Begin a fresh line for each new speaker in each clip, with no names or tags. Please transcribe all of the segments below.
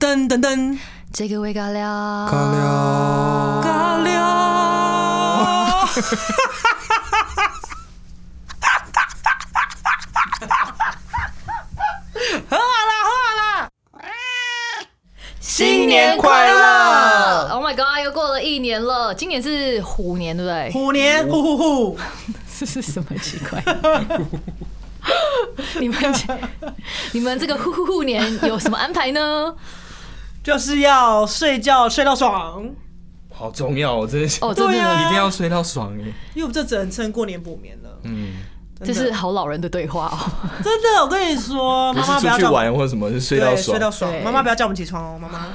噔噔噔，
这个味尬聊，
尬聊
尬聊。
新
年快乐
！Oh my god，又过了一年了，今年是虎年，对不对？
虎年虎虎虎，
这 是什么奇怪？ 你们你们这个虎虎虎年有什么安排呢？
就是要睡觉睡到爽，
好重要，哦，真的是
哦，真
对啊
的，
一定要睡到爽哎。
因为我们这只能撑过年补眠了。
嗯，
这
真
是
的，
好老人的对话哦。
真的，我跟你说，
不
妈
是
妈不
出
要
去
叫我们
玩或者什么，是睡到
对睡
爽。
到爽，
对
妈妈不要叫我们起床哦，妈妈。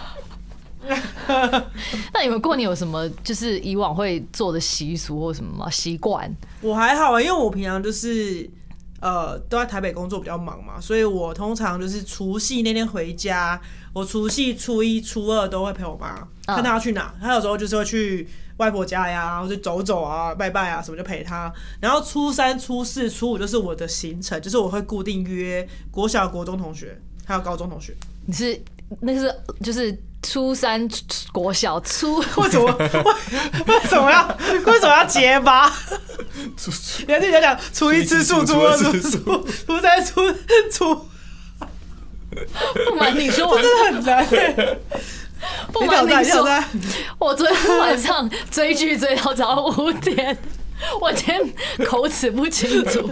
那你们过年有什么就是以往会做的习俗或什么吗？习惯？
我还好啊、因为我平常就是呃都在台北工作比较忙嘛，所以我通常就是除夕那天回家，我除夕、初一、初二都会陪我妈，
嗯
看她要去哪。她有时候就是会去外婆家呀，或者走走啊、拜拜啊什么就陪她。然后初三、初四、初五就是我的行程，就是我会固定约国小、国中同学。还有高中同学，
你是那个是就是初三初国小初
为什么为为什么要为什么要结巴？ 你还是讲讲初一吃素，初二吃素，初三初初
不瞒你说，我
很难欸。
不
你
瞒
挑战，
你
你挑
说，
战。
我昨天晚上追剧追到早上五点， 我今天口齿不清 楚，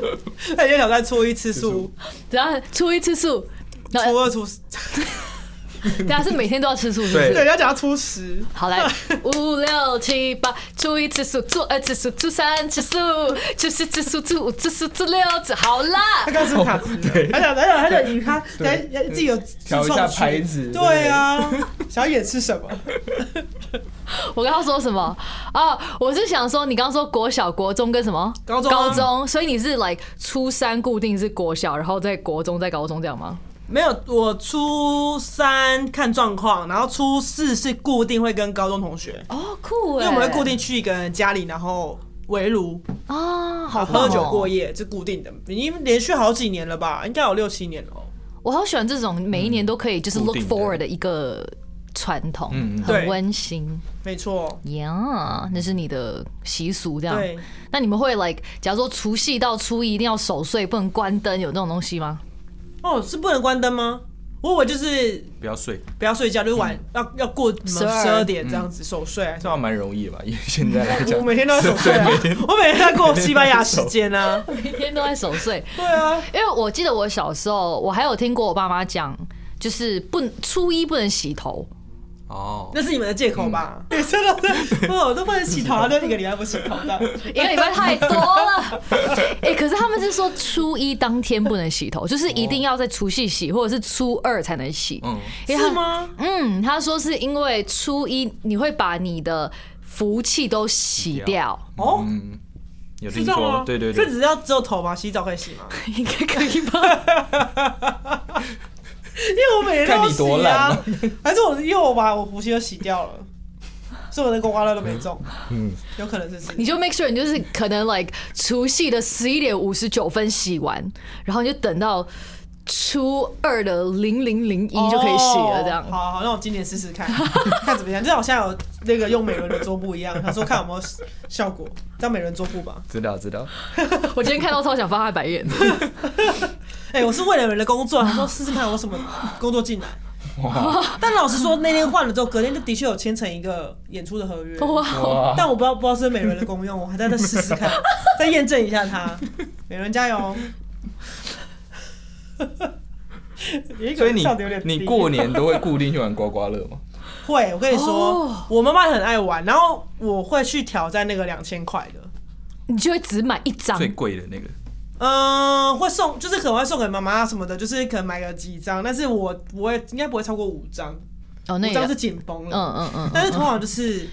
那哎你就挑战初一吃素，
然后初一吃素，然
初
后
二初
大家是每天都要吃素，是不
对
是？
对，要讲到初十。
好来，五六七八，初一吃素，初二吃素，初三吃素，初四吃素，初五吃素，初六吃好啦
他。刚是卡词，啊
对
还想还想还想以他来自己有
调一下牌子
对啊，想要演吃什么？
我刚刚说什么啊？我是想说，你刚刚说国小、国中跟什么
高中啊
高中，所以你是 like 初三固定是国小，然后在国中、在高中这样吗？
没有，我初三看状况，然后初四是固定会跟高中同学，
哦，
因
酷哎、
为我们会固定去一个人家里，然后围炉，
啊，好棒哦
喝酒过夜，这固定的，已经连续好几年了吧，应该有六七年了哦。
我好喜欢这种每一年都可以就是
嗯
look
固定的
forward 的一个传统，
嗯嗯
很
对
温馨
没错，
呀。Yeah，那是你的习俗这样。
对，
那你们会 like，假如说除夕到初一一定要守岁，不能关灯，有这种东西 吗？
哦，是不能关灯吗？我以为就是
不要睡，
不要睡觉，就是
嗯
晚、要要过十
12
二点这
嗯
样子守岁还是
这
干
样
嘛。
蛮容易的吧？因为现在来
我
讲，
每天都在守岁啊
对每天，
我每天在过西班牙时间啊。
每天都在守岁，
对啊，
因为我记得我小时候，我还有听过我爸妈讲，就是不初一不能洗头，
哦，
那是你们的借口吧？女生都是，
嗯
我都不能洗头啊，就一个礼拜不洗头的。
一个哎礼拜太多 了。哎、可是他们是说初一当天不能洗头，就是一定要在除夕洗，或者是初二才能洗。
嗯，
因为他
是？吗？
嗯，他说是因为初一你会把你的福气都洗掉，
哦，
嗯，有
是
听
这样吗
说？？对对
这
对，
只要只有头吗？洗澡可以洗 吗？
应该可以吧？
因为我每天都要
看你多
洗
懒
啊
啊，
还是我因为我把我胡须都洗掉了，所以我的刮刮乐都没中。嗯，有可能这是。
你就 make sure 你就是可能 like 除夕的十一点五十九分洗完，然后你就等到初二的零零零一就可以洗了，这样。
哦好好，那我今年试试看， 看怎么样。就好像有那个用美轮的桌布一样，他说看有没有效果，叫美轮桌布吧。
知道知道，
我今天看到超想翻他白眼的，
哎、我是为了人的工作，他说试试看我什么工作 进来。但老实说，那天换了之后，隔天就的确有签成一个演出的合约。
哇，
哇，
但我不知道不知道是不是美轮的功用，我还在再试试看，再验证一下它。美轮加油！
所以你
笑点有点低
你过年都会固定去玩刮刮乐 吗？
会，我跟你说，
哦
我妈妈很爱玩，然后我会去挑战那个两千块的，
你就会只买一张
最贵的那个，
嗯，会送，就是可能会送给妈妈什么的，就是可能买个几张，但是我不会，应该不会超过五张，
哦，那
五
也
张是紧绷
嗯
了，
嗯嗯
但是
嗯，
通常就是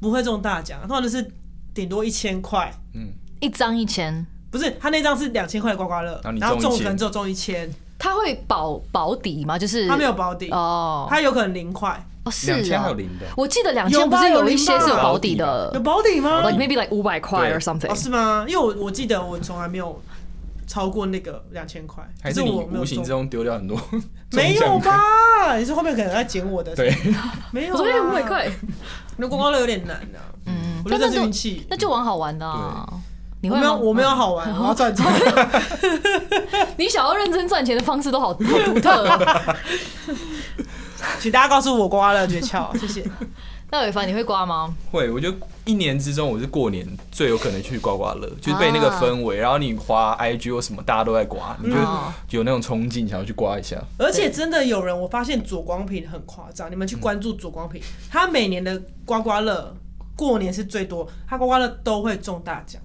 不会中大奖，通常就是顶多一千块，
嗯，
一张一千，
不是他那张是两千块的刮刮乐
然后，你
然后
中
中
一
可
千
能只有中一千，
他会保保底吗？就是
他没有保底，
哦，
他有可能零块，
哦是
两千
啊
还有，零的，
我记得两
有
千不
吧
是
有
一
零
些
吧
是有保底的
有保底吗？
哦，like maybe like 五百块
对
哦
or something
哦，。是吗？因为我我记得我从来没有超过那个两千块，
还
就是
你
我没有
无形
中
之中丢掉很多
没
中
有
奖的？
吧？ 你是后面可能在捡我的，
对，
没有啊
我
啦。
说哎，五百块，
那观光乐有点难呐、啊，
嗯
我觉得这是运气。
那就玩好玩的啊。你
我
会
没有，
吗哦
我没有，好玩，我要赚 钱。
你想要认真赚钱的方式都好好独特 哦。
请大家告诉我刮乐诀 窍，谢谢。
那伟凡，你会刮吗？
会，我觉得一年之中我是过年最有可能去刮刮乐，就是被那
啊
个氛围，然后你滑 IG 或什么，大家都在刮，你就
嗯
有那种冲劲，想要去刮一下。
而且真的有人，我发现左光平很夸张，你们去关注左光平，
嗯
他每年的刮刮乐过年是最多，他刮刮乐都会中大奖。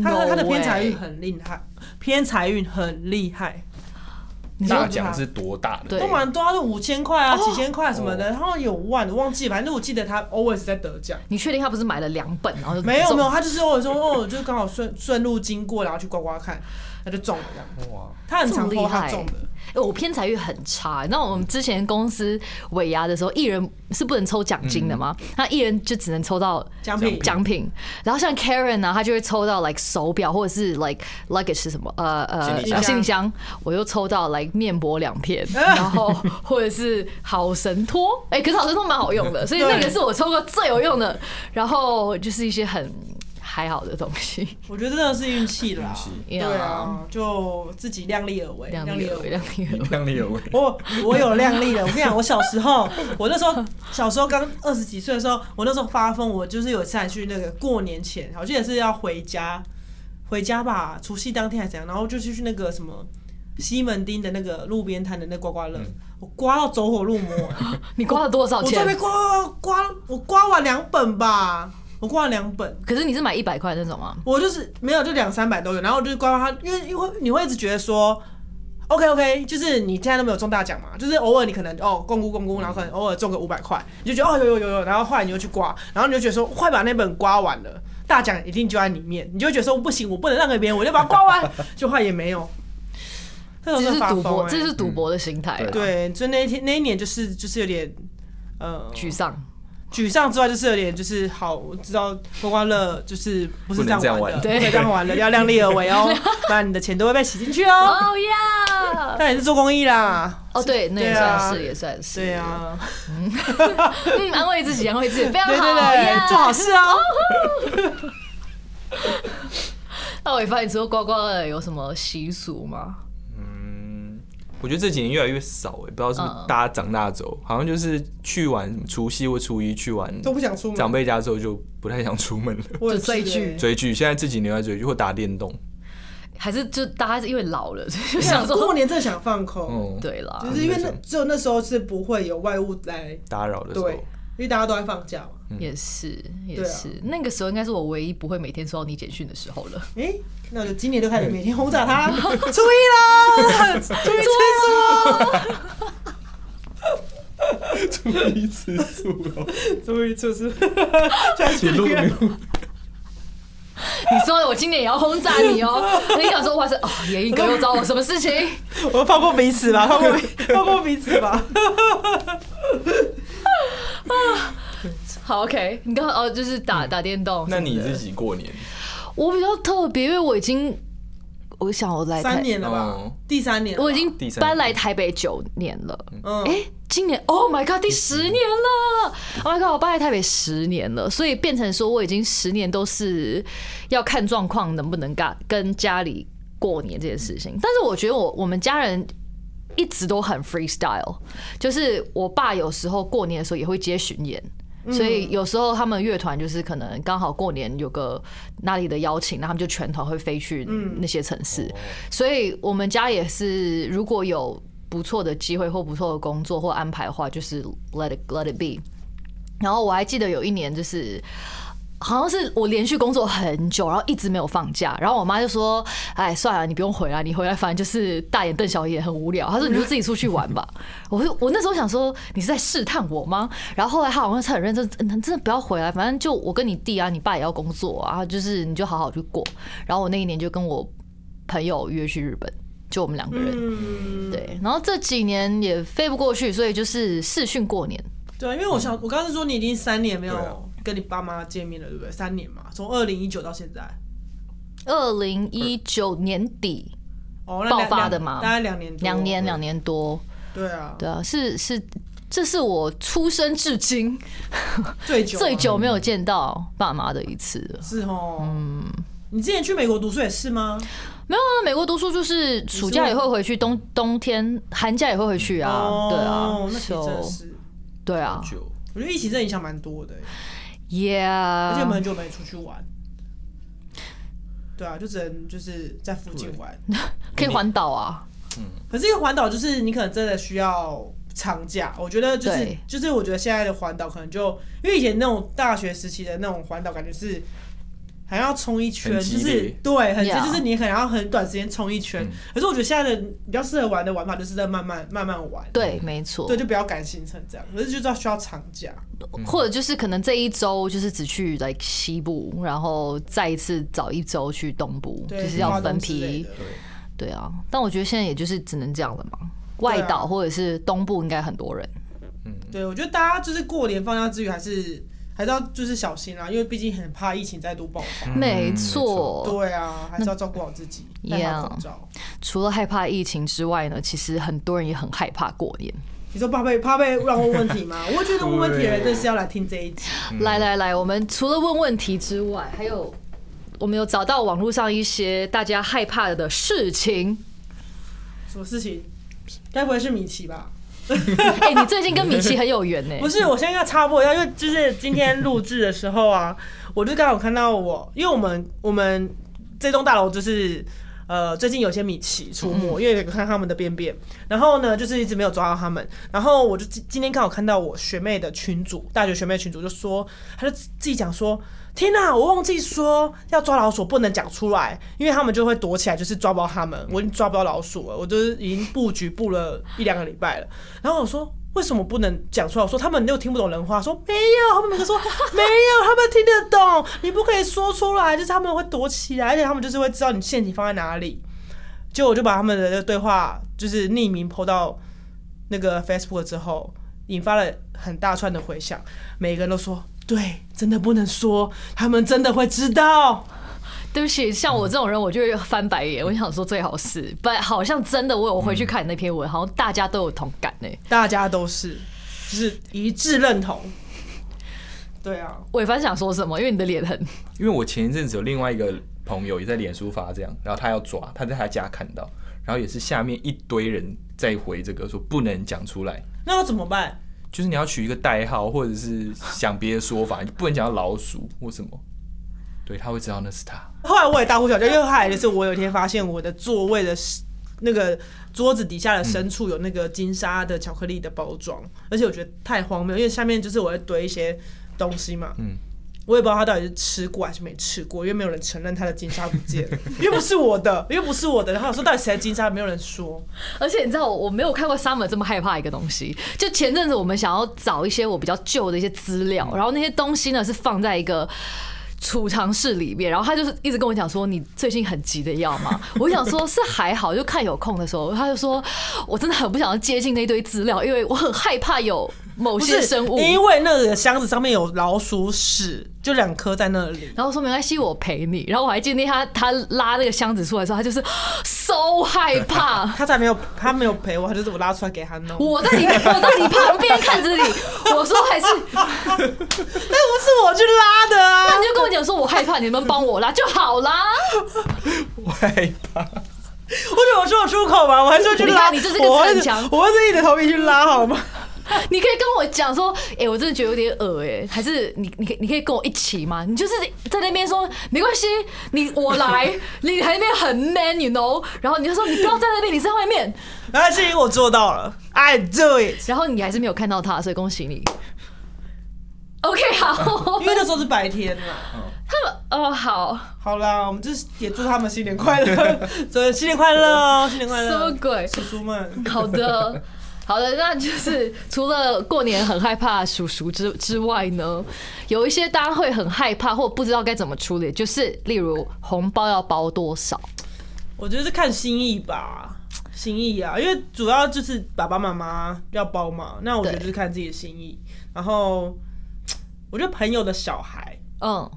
他的
No
他的偏财
way
运很厉害，偏财运很厉害，
你
大
说
奖是多大的？
对
都蛮多啊，都五千块啊、几千块什么的，
哦
然后有万，我忘记了，反正我记得他 always 在得奖。
你确定他不是买了两本，然后就
没有
中
没有，他就是我说哦，就刚好顺顺路经过，然后去刮刮看，他就中了这样。
哇，
他很常
这么厉
偷
害
他中的，
欸我偏财运很差欸、那我们之前公司尾牙的时候，艺人是不能抽奖金的嘛？那艺人就只能抽到
奖品
奖品。然后像 Karen 呢、啊，她就会抽到 like 手表或者是 like luggage 是什么？呃
行
呃
李，箱
行李箱。我又抽到 like 面膜两 片，然后或者是好神托。哎、可是好神托蛮好 用的，所以那个是我抽过最有用的。然后就是一些很还好的东 西，
我觉得真的是运气啦。
运
对
气
啊，就自己量力而为，
量力而为，量力而为。
量力而为。
我我有量力的，我跟你讲，我小时候，我那时候小时候刚二十几岁的时候，我那时候发疯，我就是有一次还去那个过年前，好像也是要回家，回家吧，除夕当天还是怎样，然后就去去那个什么西门町的那个路边摊的那刮刮乐，我刮到走火入魔、
你刮了多少
我这
钱？
边刮刮我刮完两本吧，我刮完两本，
可是你是买一百块那种啊吗？
我就是没有，就两三百都有，然后我就是刮刮它，因为因为你会一直觉得说，OK OK，就是你现在都没有中大奖嘛，就是偶尔你可能哦共估共估，然后可能偶尔中个五百块，你就觉得哦有有有有，然后后来你就去刮，然后你就觉得说快把那本刮完了，大奖一定就在里面，你就会觉得说不行，我不能让给别人，我就把它刮完，就后来也没有，这种真
这是
的发
赌博，
疯、
这
欸，
是赌博的心态啦，
对，所以那一天那一年就是就是有点呃
沮丧。
沮丧之外，就是有点就是好，我知道刮刮乐就是不是这样玩的，
不
不能这样玩的，要量力而为 哦，不然你的钱都会被洗进去哦。
哦呀！
但也是做公益啦，
哦，对，那也
对啊
算是，也算是。
对，啊，
嗯，安慰自己，安慰自己，非常
对对
好
对，做
呀。
好 事哦。
那我也发现，除了刮刮乐有什么习俗吗？
嗯，我觉得这几年越来越少哎、不知道是不
嗯
是大家长大之后，好像就是去完除夕或初一去完
都不想出门
长辈家之后，就不太想出门了。
我
就追剧
追剧，现在这几年在追剧或打电动，
还是就大家是因为老了，所以就
想
想
过
说，
年真的想放空，
嗯，
对啦
就，是因为那只有那时候是不会有外物来，
打扰的时
对，
候
因，为大家都在放假嘛。
也是也
嗯对啊
是，那个时候应该是我唯一不会每天收到你简讯的时候了。
哎，那就今年就开始每天轰炸 他，注意啦，注意吃素哦，
注 意吃 素哦，
注意吃素，
请入
你说我今年也要轰炸你哦， 你想说哇塞，哦，严一哥又找我什么事情？
我们放过彼此吧，放过 彼放过彼此吧。
好，OK，你刚哦就是
嗯
打打电动什么
那
的。
你自己过年，
我比较特别，因为我已经，我想我来台
三，年了吧
哦，
第三年了吧，
我已经
第三年
搬来台北九年了。
嗯
哎、今年 Oh my God，第十年了！Oh my God，我搬来台北十年了，所以变成说我已经十年都是要看状况能不能跟跟家里过年这件事情。但是我觉得我我们家人。一直都很 freestyle，就是我爸有时候过年的时候也会接巡演，
嗯
所以有时候他们乐团就是可能刚好过年有个哪里的邀请，那他们就全团会飞去
嗯
那些城市。所以我们家也是，如果有不错的机会或不错的工作或安排的话，就是 let it let it be。然后我还记得有一年就是。好像是我连续工作很久，然后一直没有放假，然后我妈就说：“哎，算了，你不用回来，你回来反正就是大眼瞪小眼，很无聊。”她说：“你就自己出去玩吧。” 我就我那时候想说你是在试探我吗？然后后来她好像是很认真，嗯真的不要回来，反正就我跟你弟啊，你爸也要工作啊，就是你就好好去过。然后我那一年就跟我朋友约去日本，就我们两个人。
嗯，
对，然后这几年也飞不过去，所以就是视讯过年。
对，啊因为我想，我刚刚是说你已经三年没
对啊
有跟你爸妈见面了，对不对？三年嘛，从二零一九到现在，
二零一九年底
哦，那
爆
两
发
两
的嘛
大概两年多，
两年两年多，
对啊，
对啊，是是，这是我出生至今
最久啊
最久没有见到爸妈的一次了。
是哦，嗯，你之前去美国读书也是吗？
没有啊，美国读书就是暑假也会回去，冬冬天、寒假也会回去啊，
嗯哦
对啊
那其实真的
so 啊
是，
对啊
久，
我觉得疫情真的影响蛮多的欸，而且我们
，Yeah，
很久没出去玩。对啊，就只能就是在附近玩。
可以环岛啊，
嗯可是一个环岛就是你可能真的需要长假，我觉得就是
对
就是我觉得现在的环岛可能就因为以前那种大学时期的那种环岛感觉是。还要冲一圈，
很
就
激
是
烈
对，很
Yeah 嗯
就是你可能要很短时间冲一圈。可是我觉得现在的比较适合玩的玩法就是在慢慢慢慢玩，
对，没错
对，，就不要赶行程这样。可是就知道需要长假，
或者就是可能这一周就是只去 like 西部，然后再一次找一周去东部，就
对，
是要
花东
分
之类
批
的，
对啊。但我觉得现在也就是只能这样了嘛，外岛或者是东部应该很多人，
对，我觉得大家就是过年放假之余，还是还是要就是小心啊啦，因为毕竟很怕疫情再度爆发。
没
嗯没错
错。
对啊，还是要照顾好自己，戴好口罩。
除了害怕疫情之外呢，其实很多人也很害怕过年。
你说怕被怕被让问问题吗？我觉得问问题的人真是要来听这一集。
嗯
来来来，我们除了问问题之外，还有我们有找到网络上一些大家害怕的事情。
什么事情？该不会是米奇吧？
哎、你最近跟米奇很有缘呢、
不是，我现在要插播一下，因为就是今天录制的时候啊，我就刚好看到我，因为我们我们这栋大楼就是呃最近有些米奇出没，因为有看他们的便便，然后呢就是一直没有抓到他们，然后我就今今天刚好看到我学妹的群主，大学学妹群主就说，她就自己讲说。天呐、我忘记说要抓老鼠，不能讲出来，因为他们就会躲起来，就是抓不到他们。我已经抓不到老鼠了，我就是已经布局布了一两个礼拜了。然后我说为什么不能讲出来？我说他们又听不懂人话，说没有，他们每个说没有，他们听得懂，你不可以说出来，就是他们会躲起来，而且他们就是会知道你陷阱放在哪里。结果我就把他们的对话就是匿名 PO 到那个 Facebook 之后，引发了很大串的回响，每个人都说。对，真的不能说，他们真的会知道。
对不起，像我这种人，我就会翻白眼。我想说最好是，不，好像真的我有回去看那篇文，好像大家都有同感呢、
大家都是，就是一致认同。对啊，
伟凡想说什么？因为你的脸很
因为我前一阵子有另外一个朋友也在脸书发这样，然后他要抓，他在他家看到，然后也是下面一堆人在回这个说不能讲出来，
那要怎么办？
就是你要取一个代号，或者是想别的说法，你不能讲到老鼠或什么，对他会知道那是他。
后来我也大呼小叫，因为后来就是我有一天发现我的座位的那个桌子底下的深处有那个金沙的巧克力的包装，而且我觉得太荒谬，因为下面就是我会堆一些东西嘛，嗯。我也不知道他到底是吃过还是没吃过，因为没有人承认他的金沙不见 了，又不是我的，又不是我的。然后我说到底谁的金沙，没有人 说。
而且你知道我我没有看过 Summer 这么害怕一个东西。就前阵子我们想要找一些我比较旧的一些资料，然后那些东西呢是放在一个。储藏室里面，然后他就是一直跟我讲说你最近很急的要吗？我想说是还好，就看有空的时候，他就说我真的很不想要接近那堆资料，因为我很害怕有某
不
些
是
生物。
因为那个箱子上面有老鼠屎，就两颗在那里。
然后说没关系，我陪你。然后我还记得他他拉那个箱子出来的时候，他就是 so 害怕，
他才没有，他没有陪我，他就是我拉出来给他弄。
我在你我在你旁边看着你，我说还是
那不是我去拉的啊
那！你就跟我讲说，我害怕，你们帮我拉就好啦。
我害怕，
我怎么说得出口吗？我还说去
你
拉，
看你就是个
我会
逞强
我会自己的头皮去拉好吗？
你可以跟我讲说，哎、我真的觉得有点恶哎、还是你你可以你可以跟我一起吗？你就是在那边说没关系，你我 来，你还那边很 man，you know，然后你就说你不要在那边，你在外面，
然后事情我做到了，I do it。
然后你还是没有看到他，所以恭喜你。OK，好
因，为那时候是白天啦。
哦好，
好啦，我们就是也祝他们新年 快乐，所以新年快乐哦，新年快
什么
乐，
鬼？
叔叔们。
好的，好的，那就是除了过年很害怕鼠鼠之之外呢，有一些大家会很害怕或不知道该怎么处理，就是例如红包要包多少，
我觉得是看心意吧，心意啊，因为主要就是爸爸妈妈要包嘛，那我觉得
对
就是看自己的心意。然后我觉得朋友的小孩，
嗯，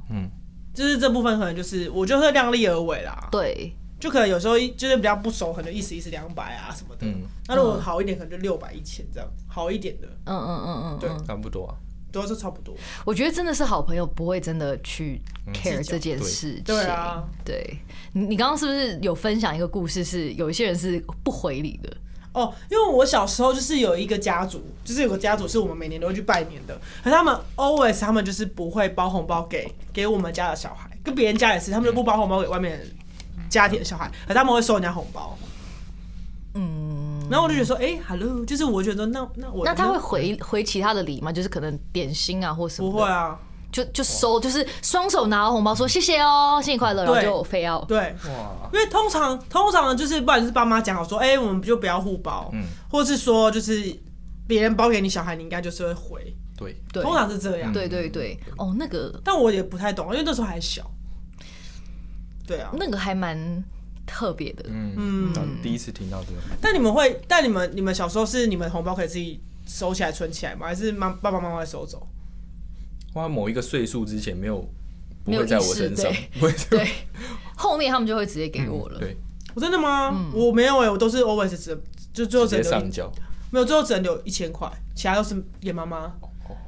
就是这部分可能就是我就会量力而为啦，
对，
就可能有时候一就是比较不熟，可能一时一时两百啊什么的。
嗯
那如果好一点，可能就六百一千这样，好一点的
嗯嗯嗯嗯
对
嗯。
差不多啊。
都要是差不多。
我觉得真的是好朋友不会真的去 care
计较
这件事情。
对啊
对你你刚刚是不是有分享一个故事？是有一些人是不回礼的，
哦，因为我小时候就是有一个家族，就是有个家族是我们每年都会去拜年的，可是他们 always 他们就是不会包红包给给我们家的小孩，跟别人家也是，他们就不包红包给外面的家庭的小孩，可是他们会收人家红包。嗯，然后我就觉得说，哎、哈 h e l l o 就是我觉得那那我
那他会回回其他的礼吗？就是可能点心啊或什么
不
的？
会啊？
就就收，就是双手拿红包说谢谢哦，新年快乐，然后
对
就非要。
对，
哇，
因为通常通常就是不然就是爸妈讲好说，哎、我们就不要互包，
嗯
或是说就是别人包给你小孩，你应该就是会回，
对，嗯
对
通常是这样。
对对对，哦，那个
但我也不太懂，因为那时候还小。对啊，
那个还蛮特别的。
嗯，然后第一次听到这个，
但你们会，但你们你们小时候是你们红包可以自己收起来存起来吗？还是妈爸爸妈妈会收走？
花某一个岁数之前没有不
没有
会在
意
我
识
身上
对，
不会
对，后面他们就会直接给我了。
对，
我真的吗？我没有哎、我都是 always 只就最后
嗯直
只
接
能留
上
一
交。
没有，最后只能留一千块，其他都是给妈妈。
哦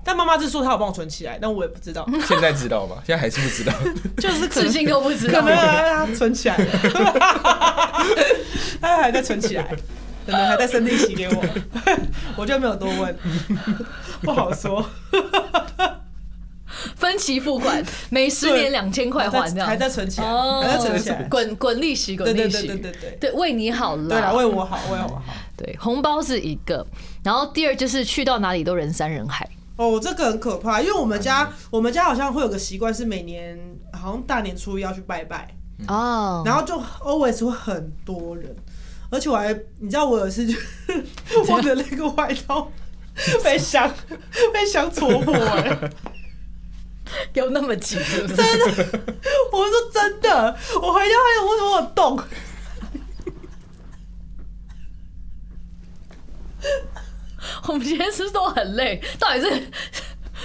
但妈妈是说她有帮我存起来，但我也不知道，
现在知道吗？现在还是不知道。
就是可
事
能
情都不知
可
道
能，让她存起来了， 她还在存起来，可能还在生利息给我， 我就没有多问， 不好说。
分期付款，每十年两千块还这样，
还在存起来，
哦
还在存起来。
滚滚利息，滚
对对
利
对
息，
对对对
对，为你好
对啦，
啦，
为我好，为我好。
对，红包是一个，然后第二就是去到哪里都人山人海，
哦，这个很可怕，因为我们家我们家好像会有个习惯，是每年好像大年初一要去拜拜，
哦，
嗯然后就 always 会很多人，而且我还你知道我有一次就 我的那个外套被香被香戳破哎、
有那么急是不 是
我是说真的，我回家还有为什么有洞？
我们今天是不是都很累？到底是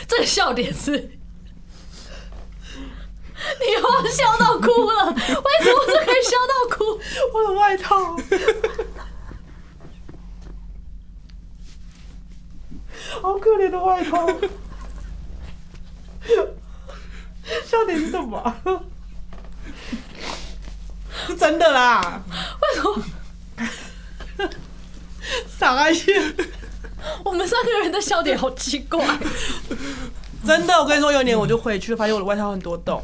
这个笑点是？你又要笑到哭了？为什么这可以笑到哭？
我的外套。 好可怜的外套。笑点是什么 啊？是真的啦，
为什么
傻爱线。
我们三个人的笑点好奇 怪？
真的，我跟你说，有一年我就回去，发现我的外套很多洞，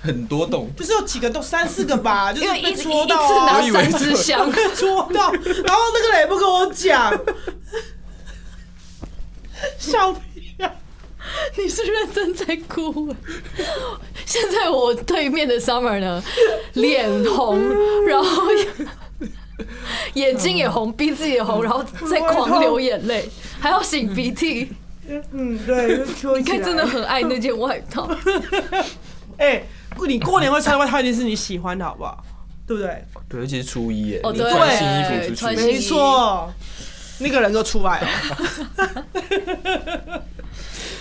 很多洞，
就是有几个洞，三四个吧，就是
因为
被
一 直
戳
一次
到啊，
拿
我以
三
为
支
是
香，
被戳到，然后那个人也不跟我讲，笑屁啊呀、
你是认真在哭啊？现在我对面的 Summer 呢，脸红，然后眼睛也红，鼻子也红，然后在狂流眼泪，还要擤鼻涕。
嗯，对，就戳
你
起来
看，真的很爱那件外套。
哎、你过年会穿外套一定是你喜欢的，好不好？对不对？
对，尤其是初一耶，
哦
你
对
穿新衣服出
穿
去，
新
没错，那个人就出来了。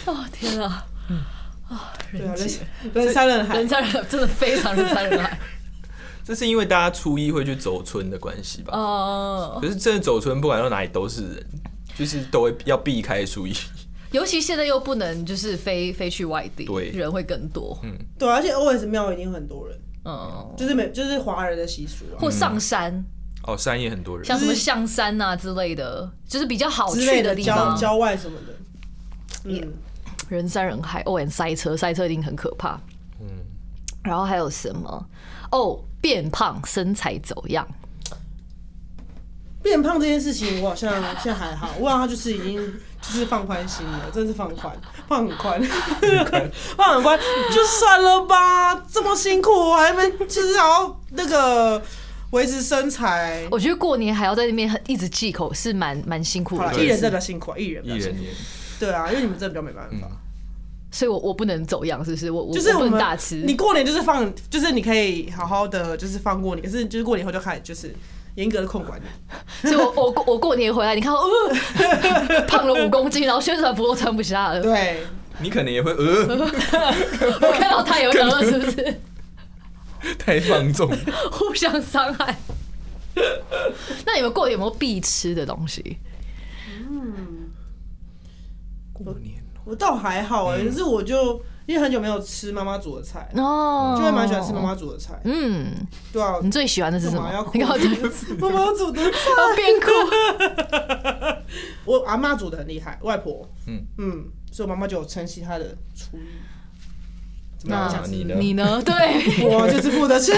哦天啊！
嗯
啊，
对啊人
人，挤
人山人海
人，山人海，真的非常人山 人海。
这是因为大家初一会去走村的关系吧？
哦，
可是真的走村，不管到哪里都是人，就是都会要避开初一。
尤其现在又不能就是飞飞去外地，
对嗯
人会更多。
对啊，而且 always 庙一定很多人，
嗯，
就是每就是华人的习俗啊。
或上山，
哦，山也很多人，
像什么象山啊之类的，就是比较好
之类
去的地
郊
方。
郊外什么的，嗯，
人山人海，哦，很塞车，塞车一定很可怕。
嗯，
然后还有什么？哦，变胖，身材走样。
变胖这件事情，我好像现在还好，我好像就是已经就是放宽心了，真是放宽，放很宽，放很宽，就算了吧，这么辛苦，我还没就是还要那个维持身材。
我觉得过年还要在那边很一直忌口，是蛮蛮辛苦
好
的
了，
对
艺。人真的比较辛苦啊，艺人比
一
较辛
人嗯
苦，
年
对啊，因为你们真的比较没办法。
所以我我不能走样，是不是？我我
就是
我
我
不能
们
大吃。
你过年就是放，就是你可以好好的就是放过你，可是就是过年后就开始就是严格的控管你。
所以我我过我过年回来，你看我、呃、胖了五公斤，然后宣传服都穿不下了。
对，
你可能也会呃，
我看到他有点饿，是不是？
太放 纵。
互相伤害。那你们过年有没有必吃的东西？
过年哦
我倒还好哎、可是我就因为很久没有吃妈妈煮的菜，
哦，
就会蛮喜欢吃妈。妈煮的菜。
嗯，
对啊，
你最喜欢的是什
干
么
嘛要？哭
你告诉 我，
妈妈煮的菜，
要变哭。
我阿妈煮的很厉害，外婆，
嗯
嗯，所以我妈妈就有承袭她 的厨艺。 怎么样？
那
想吃
你呢
你呢？对，
我就是不得 吃。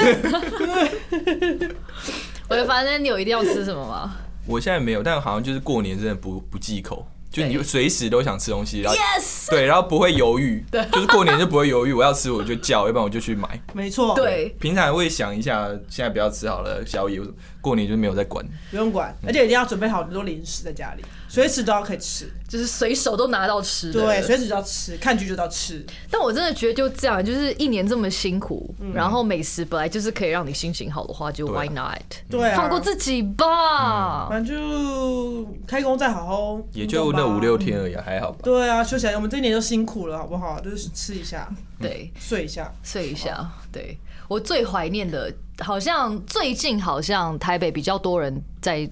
我反正你有一定要吃什么吗？
我现在没有，但好像就是过年真的不不忌口，就你就随时都想吃东西，然后
Yes，
对，然后不会 犹豫，就是过年就不会犹豫，我要吃我就叫，要不然我就去买。
没错，，
对，
平常会想一下，现在不要吃好了，宵夜。过年就没有在管，
不用管，
嗯
而且一定要准备好很多零食在家里，随时都要可以吃。
就是随手都拿到吃的。
对，随时都要吃，看剧就到吃。
但我真的觉得就这样，就是一年这么辛苦，然后美食本来就是可以让你心情好的话，就
对啊
Why not？
嗯对啊，嗯
放过自己吧。
反正就开工再好好，
也就那五六。天而已啊，还好吧。
对啊，休息来，我们这一年都辛苦了，好不好？就是吃一下，
对，
睡一下。
睡一下。对我最怀念的，好像最近好像台北比较多人在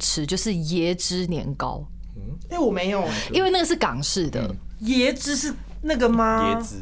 吃，就是椰汁年糕，
哎，我没有
因为那个是港式
嗯
的
椰汁是那个吗？
椰子，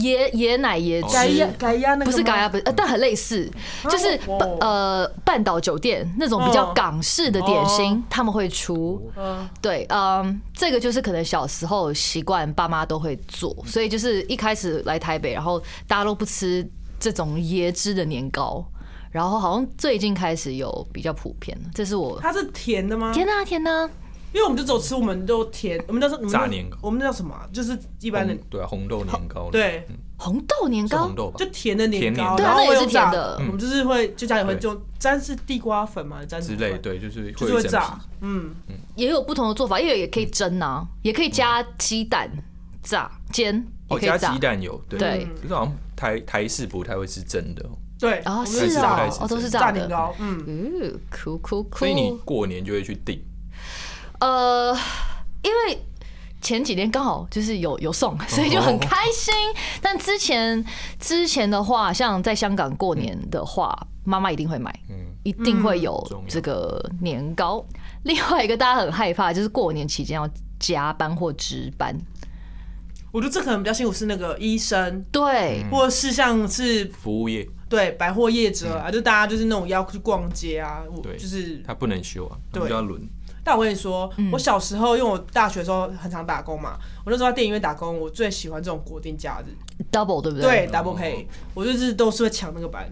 椰椰奶椰
哦
改压
汁。
改压那个
不是
吗
嘎呀，不是，呃但很类似，就是
我
半呃半岛酒店那种比较
嗯哦
港式的点心，他们会出。
嗯
对，嗯，这个就是可能小时候习惯，爸妈都会做，所以就是一开始来台北，然后大家都不吃这种椰汁的年糕，然后好像最近开始有比较普遍了。这是
啊
我
它是甜的吗？
天呐天呐，
因为我们就走吃，我们都甜，我们叫什么？
炸年糕
我们那叫什么啊？就是一般的
红，对啊，红豆年糕，，
对，
红豆年
是
糕
红，豆吧
就？甜的年
甜年
糕，
糕嗯
然后
对啊那也
会
是
用炸
甜的
我们就是会就家里会
对
就沾是地瓜粉嘛，沾什
之
么
类，
粉，
对，就是
就
会
是
有
会
一整
炸
批。，
嗯，
也有不同的做法，因为也可以蒸啊，也可以加鸡蛋炸煎，也
哦，
可以
加
炸
鸡。蛋油，对
对
可是好像台台式不太会吃蒸的哦，
对，
啊，
我们
是
就
啊
炸
哦
开，始
哦，都是
炸
炸
年
的。
糕，嗯，
嗯，酷酷酷。
所以你过年就会去订。
呃，因为前几天刚好就是有有送，所以就很开心。但之前之前的话，像在香港过年的话，妈妈一定会买，
嗯，
一定会有
重要
这个年糕。另外一个大家很害怕，就是过年期间要加班或值班。
我觉得这可能比较辛苦是那个医生，
对，
嗯
或是像是
服务业
对百货业者啊，就大家就是那种要去逛街啊，我
嗯对
就是
它不能休啊，它
对
就要轮。
但我跟你说，
嗯
我小时候因为我大学的时候很常打工嘛，我那时候在电影院打工，我最喜欢这种国定假日，
double 对不
对
对？
double pay，我就是都是会抢那个班，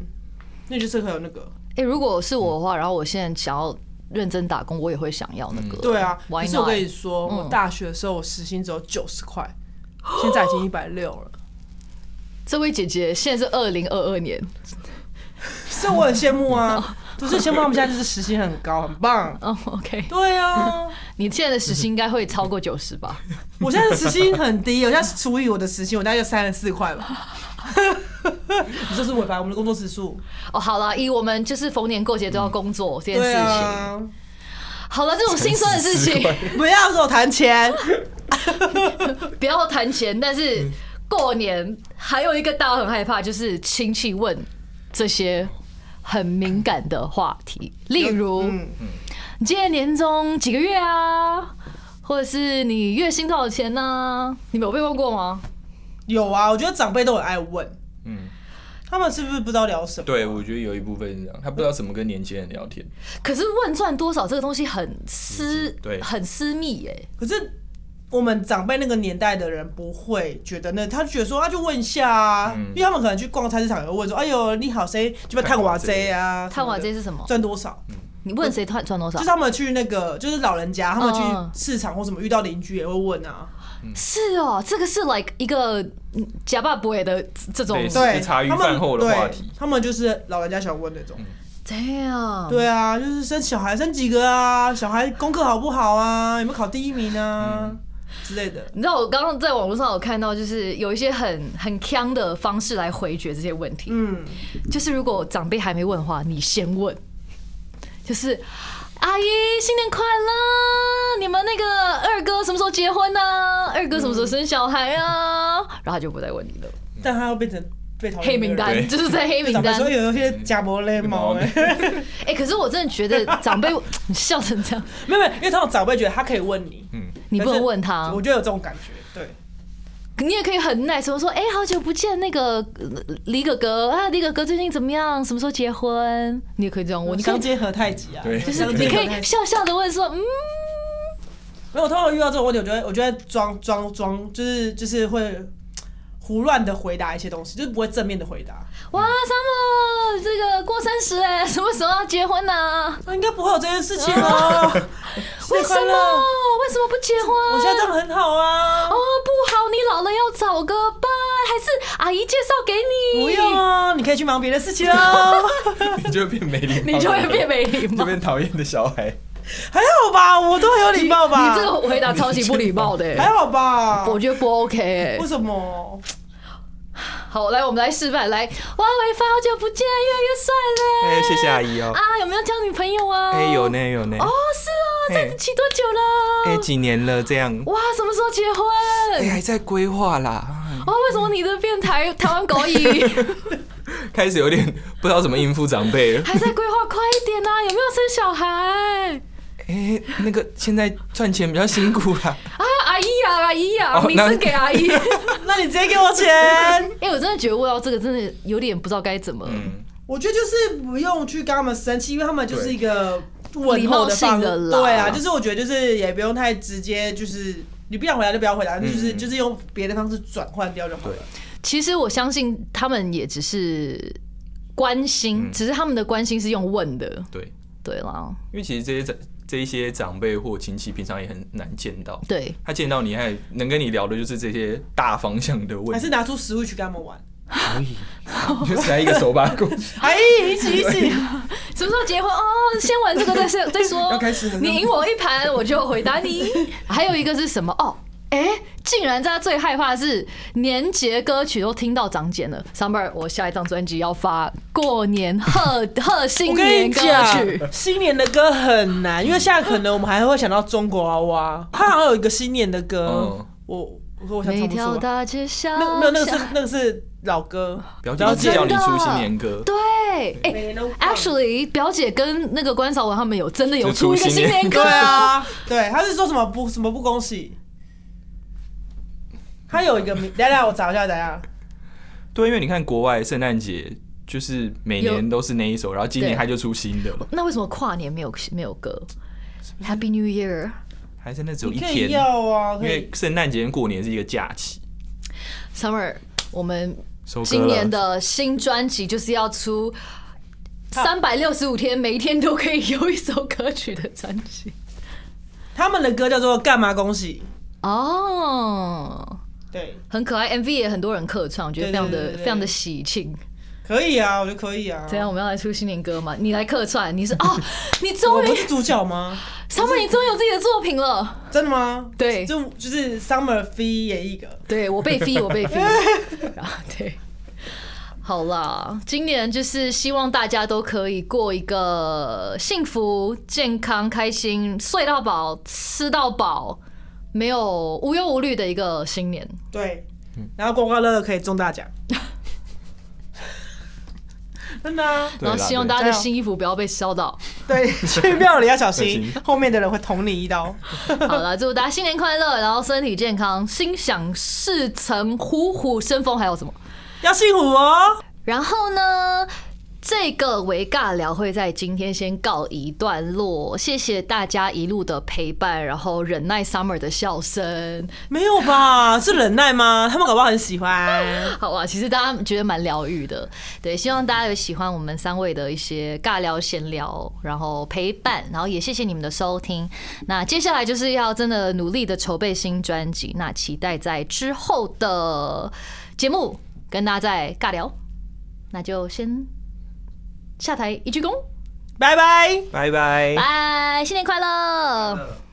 那就是会有那个，
哎、如果是我的话，然后我现在想要认真打工，我也会想要那个。
对啊。
Why
可是我
not？嗯
跟你说，我大学的时候我时薪只有九十块，现在已经一百六 了，
这位姐姐现在是二零二二年，
所以我很羡慕 啊，就是羡慕他们现在就是时薪很高，很棒。
哦、o k
对啊，
你现在的时薪应该会超过九十吧？
我现在的时薪很低，我现在除以我的时薪，我大概就三十四块 吧。你就是违反我们的工作时 数，
哦，好了，以我们就是逢年过节都要工作这件事
嗯对
情，
啊，
好了，这种心酸的事情
不要跟我谈钱。
不要谈钱，但
嗯
是过年还有一个大家很害怕，就是亲戚问这些很敏感的话题，例如、
嗯
你今年年终几个月啊，或者是你月薪多少钱呢、你们有被问过吗？
有啊，我觉得长辈都很爱问，
嗯，
他们是不是不知道聊什么？
对，我觉得有一部分是这样，他不知道怎么跟年轻人聊 天。
可是问赚多少这个东西很私，
对
很私密耶、
可是我们长辈那个年代的人不会觉得那，他就觉得说他就问一下啊，
嗯
因为他们可能去逛菜市场也会问说，哎呦你好谁，就被探瓦贼啊，
探瓦
什么
这
的
是什么？
赚多少？
你问谁赚赚多少
就是？他们去那个，就是老人家，他们去
嗯
市场或什么遇到邻居也会问啊，
嗯
是哦，这个是 like 一个嗯假爸不的这种
类似
对，
是茶余
他们
饭后的话题嗯
对他们就是老人家喜欢问那种，
这样，
对啊，就是生小孩生几个啊，小孩功课好不好啊，有没有考第一名啊、
嗯
之类的。
你知道我刚刚在网络上有看到，就是有一些很很腔的方式来回绝这些问题。
嗯，
就是如果长辈还没问的话，你先问，就是阿姨新年快乐，你们那个二哥什么时候结婚呢、啊？二哥什么时候生小孩啊？然后他就不再问你了。
但他会变成被讨厌
黑名单
对
就是在黑名
哦 长辈
单
说。哎有一些假模勒毛
毛
哎，
哎、可是我真的觉得长辈 你笑成这样，
没有没有，因为他种长辈觉得他可以问你，
嗯，
你不
但
能
是
问他
我，觉得有这种感觉，对，
你也可以很 nice 地说，哎、好久不见，那个呃李哥哥啊，李哥哥最近怎么样？什么时候结婚？你也可以这样问，
我
你可以
刚结合太极啊，
对
就
就是你可以笑笑的问说，嗯，
没有，我通常遇到这种问题，我觉得我觉得装装装，就是就是会胡乱的回答一些东西，就是不会正面的回答。
哇，Summer 这个过三十哎，什么时候要结婚呢、啊？
那应该不会有这件事情哦。
为
新年
什
快
么
乐？
为什么不结婚？
我现在这样很好啊
哦，，不好，你老了要找个伴，还是阿姨介绍给你？
不用啊，你可以去忙别的事情 哦。
你就会变没礼貌，
你就会变没礼
就
貌。
变讨厌的小孩。
还好吧，我都很有礼貌吧？
你这个回答超级不礼貌的、
还好吧？
我觉得不 OK 哎、
为什么？
好，来，我们来示范，来，哇，伟凡，好久不见，越来
哎，
越帅嘞！
谢谢阿姨哦。
啊，有没有交女朋友啊？
哎，有。呢有呢
哦。，是哦，在一
嘿
起多久了？
哎，几年了这样？
哇，什么时候结婚？
哎，还在规划啦，
哦，为什么你这变台台湾狗蚁？
开始有点不知道怎么应付长辈了。
还在规划，快一点啊！有没有生小孩？
哎，那个现在赚钱比较辛苦啦。
啊，阿姨啊，阿姨啊，
哦
名
那
字给阿姨。
那你直接给我钱。
哎、我真的觉得问到这个，真的有点不知道该怎么。
嗯，
我觉得就是不用去跟他们生气，因为他们就是一个
礼
问
貌
候的
性
方
的啦
对啊，就是我觉得就是也不用太直接，就是你不想回答就不要回答，就是
嗯
就是用别的方式转换掉就好了。
其实我相信他们也只是关心，
嗯
只是他们的关心是用问的，
对，
对啦，
因为其实这些长这一些长辈或亲戚平常也很难见到，
对，
他见到你还能跟你聊的就是这些大方向的
还
问
是
题，
拿出食物去跟他们玩，
你就塞一个手把 过去，
哎，一起一起，
什么时候结婚？哦，先玩这个 再说再说
要开始了。
你赢我一盘，我就回答你。还有一个是什么？哦。哎、竟然大家最害怕的是年节歌曲都听到长茧了。Summer，我下一张专辑要发过年贺贺新
我跟
年
你
歌曲，
讲，新年的歌很难，因为现在可能我们还会想到中国娃娃，他好像有一个新年的歌
嗯，
我我我想
每
唱不
条
出来，
大街小
那个没有那个
巷
是那个是老歌，
表
哦
姐
真的
叫你出新年歌，
对，哎、
每年都放
Actually，表姐跟那个关少文他们有真的有出一个
就出
新
新
年
年
歌
对，啊，对，他是说什么不什么不恭喜？他有一个 名，等一下我找一下，等一下。
对，因为你看国外圣诞节就是每年都是那一首，然后今
对
年他就出新的了，
那为什么跨年没有没有歌？Happy New Year！
还真的只有
你
一
可以
天，
要啊，
因
可以
为。圣诞节跟过年是一个假期。
Summer，我们
收割
今年
了
的新专辑就是要出三百六十五天，每一天都可以有一首歌曲的专 辑
他们的歌叫做《干嘛恭喜
哦。》，
对，
很可爱，MV 也很多人客串，我觉得非常
对对
的
对对
非常的喜庆。
可以啊，我觉得可以啊。
怎样？我们要来出新年歌嘛？你来客串，你是 哦，你
我
终于
不是主角吗？
，Summer，你终于有自己的作品了。
真的吗？
对
就就是 Summer Fee 演一个，
对我 被飞，我被飞，然后对。好啦，今年就是希望大家都可以过一个幸福、健康、开心、睡到饱、吃到饱，没有无忧无虑的一个新年。
对，
嗯
然后刮刮乐乐可以中大 奖，真的啊。
对
然
啦
后希望
对
大家的
加油
新衣服不要被烧 到。
对，去庙里要小心
小心，
后面的人会捅你一刀。
好了，祝大家新年快乐，然后身体健康，心想事成，虎虎生风。还有什么？
要幸福哦。
然后呢，这个维尬聊会在今天先告一段落，谢谢大家一路的陪伴，然后忍耐 Summer 的笑声。
没有吧？是忍耐吗？他们搞不好很喜欢。
好啊，其实大家觉得蛮疗愈的，对，希望大家有喜欢我们三位的一些尬聊、闲聊，然后陪伴，然后也谢谢你们的收听。那接下来就是要真的努力的筹备新专辑，那期待在之后的节目跟大家再尬聊。那就先下台一鞠躬。
拜拜。
拜拜。
拜，新年快乐！
乐